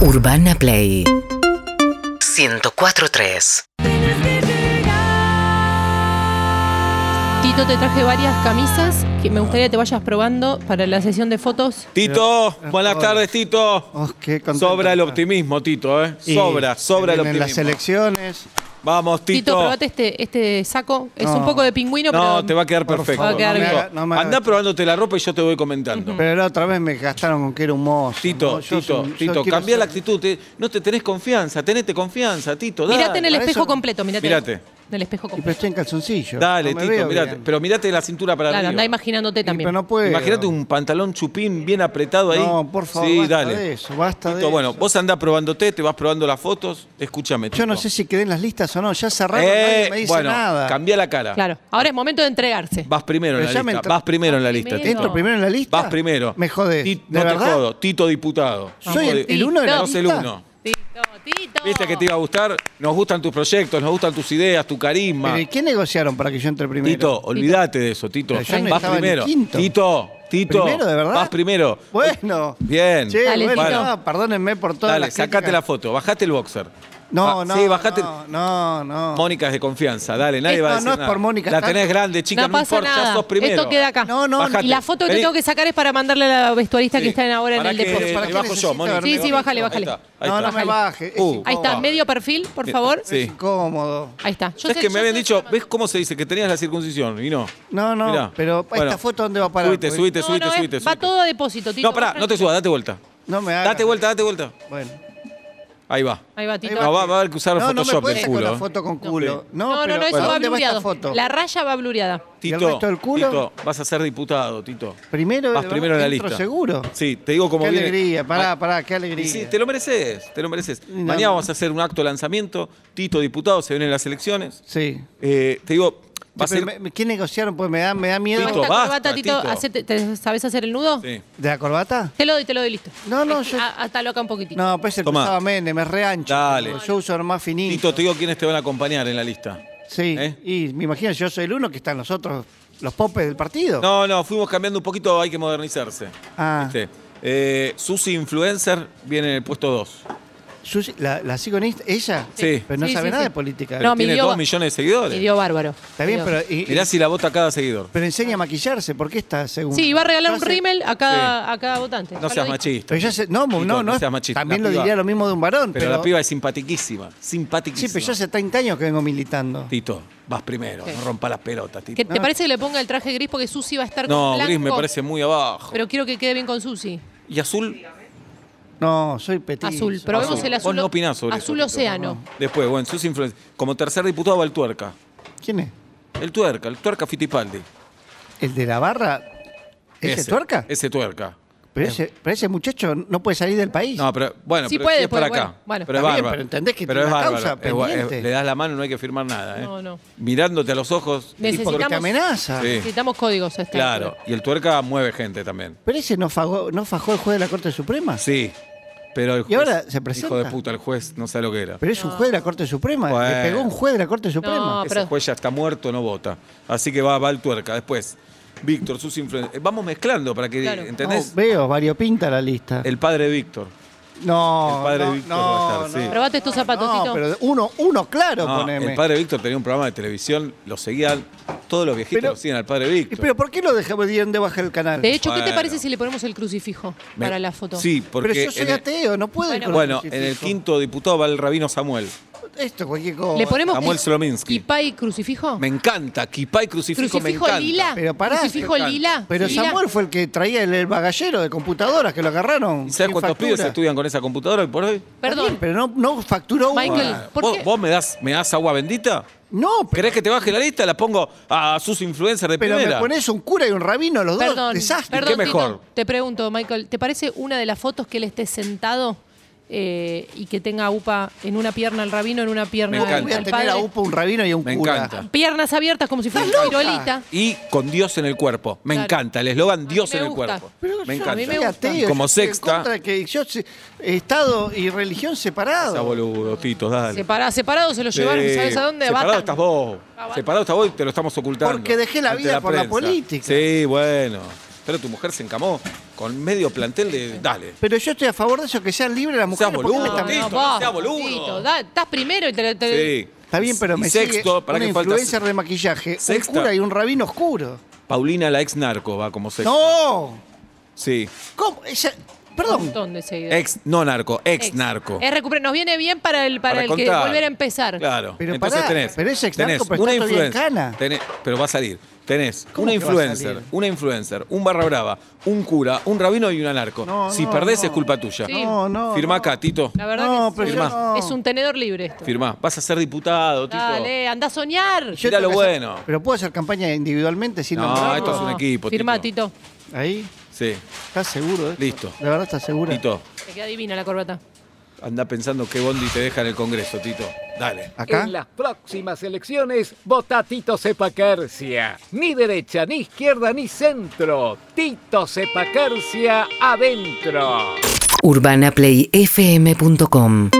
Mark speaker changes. Speaker 1: Urbana Play 104.3
Speaker 2: Tito, te traje varias camisas que me gustaría te vayas probando para la sesión de fotos.
Speaker 3: Tito, buenas
Speaker 4: Oh.
Speaker 3: tardes, Tito.
Speaker 4: Oh, qué contento
Speaker 3: Sobra el
Speaker 4: está.
Speaker 3: optimismo, Tito, ¿eh?
Speaker 4: Y
Speaker 3: Sobra, sobra el
Speaker 4: vienen las
Speaker 3: optimismo.
Speaker 4: elecciones.
Speaker 3: Vamos,
Speaker 2: Tito,
Speaker 3: Tito.
Speaker 2: probate este, este saco. Es
Speaker 4: No.
Speaker 2: un poco de pingüino, pero.
Speaker 3: No, te va a quedar
Speaker 4: Por
Speaker 3: perfecto.
Speaker 2: favor, Va a quedar no me bien.
Speaker 4: haga- no me haga
Speaker 3: Andá
Speaker 4: esto.
Speaker 3: probándote la ropa y yo te voy comentando.
Speaker 4: Pero la otra vez me gastaron con que era un mozo.
Speaker 3: Tito,
Speaker 4: ¿no? Yo
Speaker 3: Tito,
Speaker 4: soy un- yo
Speaker 3: Tito,
Speaker 4: quiero
Speaker 3: cambia la
Speaker 4: ser-
Speaker 3: actitud. te- no te tenés confianza, tenete confianza, Tito. Dale,
Speaker 2: Mirate en el
Speaker 4: Para
Speaker 2: espejo
Speaker 4: eso-
Speaker 2: completo, mirate.
Speaker 3: Mirate.
Speaker 2: En el espejo
Speaker 4: Y pero
Speaker 2: completo.
Speaker 4: estoy en calzoncillo.
Speaker 3: dale
Speaker 4: no me
Speaker 3: Tito,
Speaker 4: veo
Speaker 3: mirate.
Speaker 4: bien.
Speaker 3: Pero mirate la cintura para
Speaker 2: Claro, anda
Speaker 3: arriba.
Speaker 2: imaginándote
Speaker 4: Y,
Speaker 2: también.
Speaker 4: pero no puedo.
Speaker 3: Imagínate un pantalón chupín bien apretado ahí.
Speaker 4: No, por favor,
Speaker 3: Sí,
Speaker 4: basta
Speaker 3: dale.
Speaker 4: de eso, basta de
Speaker 3: Tito, bueno,
Speaker 4: eso.
Speaker 3: vos andás probándote, te vas probando las fotos. Escúchame, Tito.
Speaker 4: Yo no sé si quedé en las listas o no. Ya cerraron,
Speaker 3: Eh,
Speaker 4: nadie me dice
Speaker 3: bueno,
Speaker 4: nada.
Speaker 3: cambia la cara.
Speaker 2: Claro. Ahora es momento de entregarse.
Speaker 3: Vas primero en
Speaker 4: Pero
Speaker 3: la
Speaker 4: ya me
Speaker 3: lista.
Speaker 4: entró-
Speaker 3: Vas primero en la
Speaker 2: Vas
Speaker 3: lista.
Speaker 2: primero.
Speaker 3: Tito.
Speaker 4: ¿Entro primero en la lista?
Speaker 3: Vas primero.
Speaker 4: Me jodés.
Speaker 3: Ti-
Speaker 4: ¿De
Speaker 3: no te
Speaker 4: verdad?
Speaker 3: jodo. Tito diputado.
Speaker 4: Soy el, el
Speaker 3: Tito.
Speaker 4: uno de la
Speaker 2: No,
Speaker 3: Sos el
Speaker 4: lista.
Speaker 3: uno.
Speaker 2: Tito, Tito.
Speaker 3: Viste que te iba a gustar. Nos gustan tus proyectos, nos gustan tus ideas, tu carisma.
Speaker 4: Pero, ¿y qué negociaron para que yo entre primero?
Speaker 3: Tito, olvídate de eso, Tito.
Speaker 4: Pero yo no
Speaker 3: Vas
Speaker 4: estaba ni
Speaker 3: primero.
Speaker 4: quinto.
Speaker 3: Tito, Tito.
Speaker 4: ¿Primero, de verdad?
Speaker 3: Vas primero.
Speaker 4: Bueno.
Speaker 3: Bien.
Speaker 4: Che,
Speaker 2: Dale,
Speaker 4: bueno,
Speaker 2: Tito.
Speaker 4: no, perdónenme por todas
Speaker 3: Dale,
Speaker 4: las
Speaker 3: sacate la
Speaker 4: críticas.
Speaker 3: foto. Bajate el boxer.
Speaker 4: No,
Speaker 3: Ba-
Speaker 4: no.
Speaker 3: Sí, bajate.
Speaker 4: No, no. no.
Speaker 3: Mónica es de confianza, dale, nadie
Speaker 4: Esto
Speaker 3: va a decir
Speaker 4: no es
Speaker 3: nada.
Speaker 4: por Mónica,
Speaker 3: La
Speaker 4: tanto.
Speaker 3: tenés grande, chica,
Speaker 2: no,
Speaker 3: no,
Speaker 2: pasa
Speaker 3: importa,
Speaker 2: nada.
Speaker 3: ya sos primero.
Speaker 2: Esto queda acá.
Speaker 4: No, no,
Speaker 3: Bajate.
Speaker 2: Y la foto que
Speaker 3: Vení.
Speaker 2: tengo que sacar es para mandarle a la vestuarista que
Speaker 3: Sí.
Speaker 2: está ahora en
Speaker 3: Pará
Speaker 2: el
Speaker 3: que
Speaker 2: depósito.
Speaker 4: ¿Para
Speaker 3: le
Speaker 4: qué
Speaker 3: bajo yo,
Speaker 4: necesito
Speaker 3: Mónica.
Speaker 4: verme? Sí, sí,
Speaker 2: bájale,
Speaker 3: Ahí
Speaker 2: bájale.
Speaker 3: está, ahí
Speaker 4: No,
Speaker 3: está.
Speaker 4: no me baje. es
Speaker 3: Uh,
Speaker 2: Ahí está,
Speaker 4: incómodo.
Speaker 2: medio perfil, por favor.
Speaker 3: Sí.
Speaker 4: Es incómodo.
Speaker 2: Ahí está. Yo
Speaker 3: es
Speaker 2: sé-
Speaker 3: que
Speaker 2: yo
Speaker 3: me habían
Speaker 2: sé-
Speaker 3: dicho, ¿ves cómo se dice? Que tenías la circuncisión y no.
Speaker 4: No, no,
Speaker 3: Mirá.
Speaker 4: pero ¿esta
Speaker 3: Bueno,
Speaker 4: foto dónde va a parar?
Speaker 3: Subite,
Speaker 4: Porque-
Speaker 3: subite,
Speaker 2: No,
Speaker 3: subite,
Speaker 2: no, es-
Speaker 3: subite.
Speaker 2: Va
Speaker 3: subite.
Speaker 2: todo a depósito, Tito.
Speaker 3: No, pará, no te subas, date vuelta.
Speaker 4: No me hagas.
Speaker 3: Date vuelta, date vuelta.
Speaker 4: Bueno.
Speaker 3: Ahí va.
Speaker 2: Ahí va, Tito.
Speaker 3: No, va, va a haber que usar
Speaker 4: No, no me
Speaker 3: Photoshop
Speaker 4: puedes
Speaker 3: del
Speaker 4: sacar
Speaker 3: culo.
Speaker 4: una
Speaker 3: ¿eh?
Speaker 4: foto con culo. No,
Speaker 2: No, no,
Speaker 4: pero
Speaker 2: no, eso
Speaker 4: ¿para
Speaker 2: va
Speaker 4: dónde va esta
Speaker 2: blureado.
Speaker 4: foto?
Speaker 2: La raya va blureada.
Speaker 4: ¿Y el
Speaker 3: Tito,
Speaker 4: resto del culo?
Speaker 3: Tito, vas a ser diputado, Tito.
Speaker 4: Primero,
Speaker 3: Vas
Speaker 4: de
Speaker 3: primero en
Speaker 4: verdad,
Speaker 3: la
Speaker 4: entro
Speaker 3: lista.
Speaker 4: seguro.
Speaker 3: Sí, te digo cómo
Speaker 4: Qué
Speaker 3: viene.
Speaker 4: alegría, pará,
Speaker 3: Ma-
Speaker 4: pará, qué
Speaker 3: Y
Speaker 4: alegría.
Speaker 3: sí, te lo mereces, te lo mereces.
Speaker 4: No,
Speaker 3: Mañana
Speaker 4: no.
Speaker 3: vamos a hacer un acto de lanzamiento. Tito, diputado, se vienen las elecciones.
Speaker 4: Sí.
Speaker 3: Eh, te digo, va a
Speaker 4: Pero
Speaker 3: ser.
Speaker 4: me- me- ¿Qué negociaron? Pues me da, me da miedo.
Speaker 3: Tito,
Speaker 2: Esta
Speaker 3: basta,
Speaker 2: corbata, Tito,
Speaker 3: Tito.
Speaker 2: hacete- te- ¿sabes hacer el nudo?
Speaker 3: Sí.
Speaker 4: ¿De la corbata?
Speaker 2: Te lo doy, te lo doy, listo.
Speaker 4: No, no,
Speaker 2: Es-
Speaker 4: yo-
Speaker 2: a- Hasta loca un poquitito.
Speaker 4: No, pues el
Speaker 3: Tomá.
Speaker 4: pesaba Mene, me reancho.
Speaker 3: Dale.
Speaker 4: Yo uso el más finito.
Speaker 3: Tito, te digo quiénes te van a acompañar en la lista.
Speaker 4: Sí.
Speaker 3: ¿Eh?
Speaker 4: Y me imagino, yo soy el uno que están los otros, los popes del partido.
Speaker 3: No, no, fuimos cambiando un poquito, hay que modernizarse.
Speaker 4: Ah,
Speaker 3: ¿Viste? Eh, Susi Influencer viene en el puesto 2.
Speaker 4: Susi- la, la sigo en Insta- ¿Ella?
Speaker 3: Sí.
Speaker 4: Pero no
Speaker 2: Sí,
Speaker 4: sabe
Speaker 2: sí,
Speaker 4: nada
Speaker 2: sí.
Speaker 4: de política.
Speaker 2: No,
Speaker 3: Tiene
Speaker 2: midió
Speaker 3: 2
Speaker 2: ba-
Speaker 3: millones de seguidores.
Speaker 2: Y dio bárbaro.
Speaker 4: Está bien,
Speaker 2: Midió.
Speaker 4: pero... y- y-
Speaker 3: Mirá si la vota cada seguidor.
Speaker 4: Pero enseña a maquillarse, ¿por qué está según?
Speaker 2: Sí, iba a regalar
Speaker 4: No
Speaker 2: un
Speaker 4: sé,
Speaker 2: rímel a cada, a cada votante. Ya
Speaker 3: No
Speaker 2: lo
Speaker 3: seas
Speaker 2: dijo.
Speaker 3: machista.
Speaker 4: Pero ya se, no,
Speaker 3: Tito,
Speaker 4: no, no,
Speaker 3: seas machista.
Speaker 4: también
Speaker 3: La
Speaker 4: lo
Speaker 3: piba-
Speaker 4: diría lo mismo de un varón.
Speaker 3: Pero, la piba es simpatiquísima. Simpatiquísima.
Speaker 4: Sí, pero yo hace 30 años que vengo militando.
Speaker 3: Tito, vas primero,
Speaker 2: Sí.
Speaker 3: no rompa las pelotas, Tito.
Speaker 2: ¿Que ¿Te parece que le ponga el traje gris porque Susi va a estar
Speaker 3: No,
Speaker 2: con blanco?
Speaker 3: Gris me parece muy abajo.
Speaker 2: Pero quiero que quede bien con Susi.
Speaker 3: ¿Y azul?
Speaker 4: No, soy petizo.
Speaker 2: Azul. Probemos
Speaker 3: Azul.
Speaker 2: el azul.
Speaker 3: Vos no opinás sobre
Speaker 2: Azul
Speaker 3: eso, Tito.
Speaker 2: océano.
Speaker 3: Después, bueno, sus influencias. Como tercer diputado va el tuerca.
Speaker 4: ¿Quién es?
Speaker 3: El tuerca, el tuerca Fitipaldi.
Speaker 4: ¿El de la barra? ¿Ese, tuerca?
Speaker 3: Ese tuerca.
Speaker 4: pero, ese, pero ese muchacho no puede salir del país.
Speaker 3: No, pero bueno,
Speaker 2: Sí
Speaker 3: pero
Speaker 2: puede,
Speaker 3: si es para
Speaker 2: puede,
Speaker 3: acá.
Speaker 2: bueno, bueno.
Speaker 3: pero es
Speaker 4: Está bien,
Speaker 3: bárbaro.
Speaker 4: pero entendés que
Speaker 3: Pero
Speaker 4: tiene
Speaker 3: es
Speaker 4: una
Speaker 3: bárbaro.
Speaker 4: causa
Speaker 3: Es gua- es-
Speaker 4: pendiente.
Speaker 3: le das la mano, no hay que firmar nada. ¿eh?
Speaker 2: No, no.
Speaker 3: Mirándote a los ojos.
Speaker 4: Y
Speaker 2: Necesitamos-
Speaker 4: porque amenaza.
Speaker 3: Sí.
Speaker 2: Necesitamos códigos. este. a esta
Speaker 3: Claro.
Speaker 2: altura.
Speaker 3: Y el tuerca mueve gente también.
Speaker 4: Pero ese no, fagó- no fajó el juez de la Corte Suprema.
Speaker 3: Sí. Pero el juez.
Speaker 4: ahora se presenta.
Speaker 3: Hijo de puta, el juez no sabe lo que era.
Speaker 4: Pero es un juez de la Corte Suprema.
Speaker 3: Bueno.
Speaker 4: Le pegó un juez de la Corte Suprema.
Speaker 2: No,
Speaker 3: Ese
Speaker 2: pero-
Speaker 3: juez ya está muerto, no vota. Así que va, va el tuerca. Después, Víctor, sus influencias. Vamos mezclando para que.
Speaker 2: Claro.
Speaker 3: ¿Entendés?
Speaker 4: No, Oh, veo, variopinta la lista.
Speaker 3: El padre de Víctor.
Speaker 4: no,
Speaker 3: el padre
Speaker 4: no,
Speaker 3: de Víctor
Speaker 4: no,
Speaker 3: va a estar, sí.
Speaker 4: no.
Speaker 2: Probate estos zapatos,
Speaker 4: No,
Speaker 2: Tito.
Speaker 4: pero uno, uno claro,
Speaker 3: No,
Speaker 4: poneme.
Speaker 3: el padre Víctor tenía un programa de televisión, lo seguían, todos los viejitos
Speaker 4: Pero-
Speaker 3: lo siguen al padre
Speaker 4: ¿Y
Speaker 3: Víctor.
Speaker 4: pero por qué lo dejamos bien de bajar el canal?
Speaker 2: De hecho, ¿qué te
Speaker 3: Bueno.
Speaker 2: parece si le ponemos el crucifijo
Speaker 3: Me-
Speaker 2: para la foto?
Speaker 3: Sí, porque.
Speaker 4: pero yo soy
Speaker 3: en el-
Speaker 4: ateo, no puedo. ir con
Speaker 3: Bueno, en el
Speaker 4: crucifijo.
Speaker 3: quinto diputado va el rabino Samuel.
Speaker 4: Esto, cualquier cosa.
Speaker 2: ¿Le ponemos
Speaker 3: Samuel
Speaker 2: qui-
Speaker 3: Solominsky.
Speaker 2: ¿Kipá y crucifijo?
Speaker 3: Me encanta, Kipá y crucifijo, me
Speaker 2: ¿Crucifijo
Speaker 3: encanta.
Speaker 2: lila?
Speaker 4: Pero pará,
Speaker 2: ¿Crucifijo
Speaker 3: me encanta.
Speaker 2: lila?
Speaker 4: Pero
Speaker 2: ¿Lila?
Speaker 4: Samuel fue el que traía el, el bagallero de computadoras que lo agarraron.
Speaker 3: ¿Y
Speaker 4: sin
Speaker 3: sabes cuántos
Speaker 4: factura.
Speaker 3: pibes estudian con esa computadora hoy por hoy?
Speaker 4: Está bien,
Speaker 2: Perdón.
Speaker 4: pero no, no facturó uno.
Speaker 2: Michael,
Speaker 3: Bueno,
Speaker 2: ¿por
Speaker 3: ¿Vos,
Speaker 2: qué?
Speaker 3: vos me, das, me das agua bendita?
Speaker 4: No, pero,
Speaker 3: ¿Querés que te baje la lista? La pongo a sus influencers de
Speaker 4: pero me
Speaker 3: primera.
Speaker 4: pones un cura y un rabino, los dos.
Speaker 2: Perdón,
Speaker 4: Desastre.
Speaker 2: perdón,
Speaker 3: ¿Qué mejor?
Speaker 2: Tito, te pregunto, Michael, ¿te parece una de las fotos que él esté sentado eh, y que tenga a UPA en una pierna al rabino, en una
Speaker 3: Me
Speaker 2: pierna
Speaker 3: encanta.
Speaker 2: al,
Speaker 4: Voy a
Speaker 2: al
Speaker 4: tener
Speaker 2: padre?
Speaker 4: a UPA un rabino y un
Speaker 3: Me
Speaker 4: cura.
Speaker 3: encanta.
Speaker 2: Piernas abiertas como si fuera una
Speaker 4: loca?
Speaker 2: virolita.
Speaker 3: Y con Dios en el cuerpo. Me
Speaker 2: Claro.
Speaker 3: encanta el eslogan
Speaker 2: mí
Speaker 3: Dios
Speaker 2: me
Speaker 3: en el
Speaker 2: gusta.
Speaker 3: cuerpo.
Speaker 4: Pero
Speaker 3: me
Speaker 4: yo
Speaker 3: encanta.
Speaker 2: mí me
Speaker 4: soy
Speaker 2: gusta.
Speaker 4: ateo,
Speaker 3: Como
Speaker 4: yo estoy en
Speaker 3: sexta-
Speaker 4: contra de que yo se- Estado y religión
Speaker 3: Está
Speaker 4: separado.
Speaker 3: boludo, Tito, dale.
Speaker 2: Separa- separado se lo llevaron,
Speaker 3: Sí.
Speaker 2: ¿sabes a dónde? Ah,
Speaker 3: Separado
Speaker 2: Batán.
Speaker 3: estás vos.
Speaker 2: Batán.
Speaker 3: Separado estás vos y te lo estamos ocultando.
Speaker 4: Porque dejé la
Speaker 3: ante
Speaker 4: vida por la
Speaker 3: prensa.
Speaker 4: política.
Speaker 3: Sí, bueno. Pero tu mujer se encamó. con medio plantel de. Dale.
Speaker 4: Pero yo estoy a favor de eso, que sean libres las mujeres.
Speaker 3: Seas
Speaker 4: porque
Speaker 3: boludo,
Speaker 4: están-
Speaker 3: Tito,
Speaker 2: basta,
Speaker 3: sea boludo.
Speaker 2: Tito, da- estás primero y te, te-
Speaker 3: Sí.
Speaker 4: Está bien, pero
Speaker 3: Y
Speaker 4: me
Speaker 3: sexto,
Speaker 4: sigue
Speaker 3: para
Speaker 4: una
Speaker 3: que falta.
Speaker 4: influencer de maquillaje,
Speaker 3: Sexta.
Speaker 4: un cura y un rabino oscuro.
Speaker 3: Paulina, la ex narco, va como sexto.
Speaker 4: ¡No!
Speaker 3: Sí.
Speaker 4: ¿Cómo? Esa-
Speaker 2: un
Speaker 4: Perdón.
Speaker 2: montón de seguidores.
Speaker 3: Ex, no narco, ex,
Speaker 2: Ex.
Speaker 3: narco.
Speaker 2: Es recuperar. Nos viene bien para el, para el que
Speaker 3: contar.
Speaker 2: volver a empezar.
Speaker 3: Claro.
Speaker 4: Pero
Speaker 3: Entonces
Speaker 4: pará,
Speaker 3: tenés.
Speaker 4: pero es ex narco,
Speaker 3: tenés
Speaker 4: pero está
Speaker 3: una
Speaker 4: todavía en
Speaker 3: influencer-
Speaker 4: cana.
Speaker 3: tenés- pero va a salir. Tenés
Speaker 4: ¿Cómo
Speaker 3: una
Speaker 4: que va a salir?
Speaker 3: influencer, una influencer, un barra brava, un cura, un rabino y un anarco.
Speaker 4: No,
Speaker 3: si
Speaker 4: no,
Speaker 3: perdés
Speaker 4: no.
Speaker 3: es culpa tuya.
Speaker 2: Sí.
Speaker 4: No, no.
Speaker 3: Firma
Speaker 4: no.
Speaker 3: acá, Tito.
Speaker 2: La verdad
Speaker 4: No,
Speaker 2: que
Speaker 4: pero
Speaker 2: sí.
Speaker 3: yo
Speaker 4: no.
Speaker 2: es un tenedor libre esto.
Speaker 3: Firma. Vas a ser diputado, Tito.
Speaker 2: Dale, anda a soñar.
Speaker 4: Yo
Speaker 3: Mirá lo
Speaker 4: tengo que hacer-
Speaker 3: bueno.
Speaker 4: Pero puedo hacer campaña individualmente sin
Speaker 3: No,
Speaker 4: nombrarlo.
Speaker 3: Ah, esto es un equipo.
Speaker 2: Firma,
Speaker 3: Tito.
Speaker 2: Tito.
Speaker 4: Ahí,
Speaker 3: Sí.
Speaker 4: ¿estás seguro? de esto?
Speaker 3: Listo.
Speaker 4: ¿De verdad estás seguro?
Speaker 3: Tito,
Speaker 2: Te queda divina la corbata.
Speaker 3: anda pensando qué bondi te deja en el Congreso, Tito. Dale.
Speaker 4: ¿Acá?
Speaker 1: En las próximas elecciones, vota Tito Cepacarcia. Ni derecha, ni izquierda, ni centro. Tito Cepacarcia adentro.
Speaker 5: urbanaplayfm.com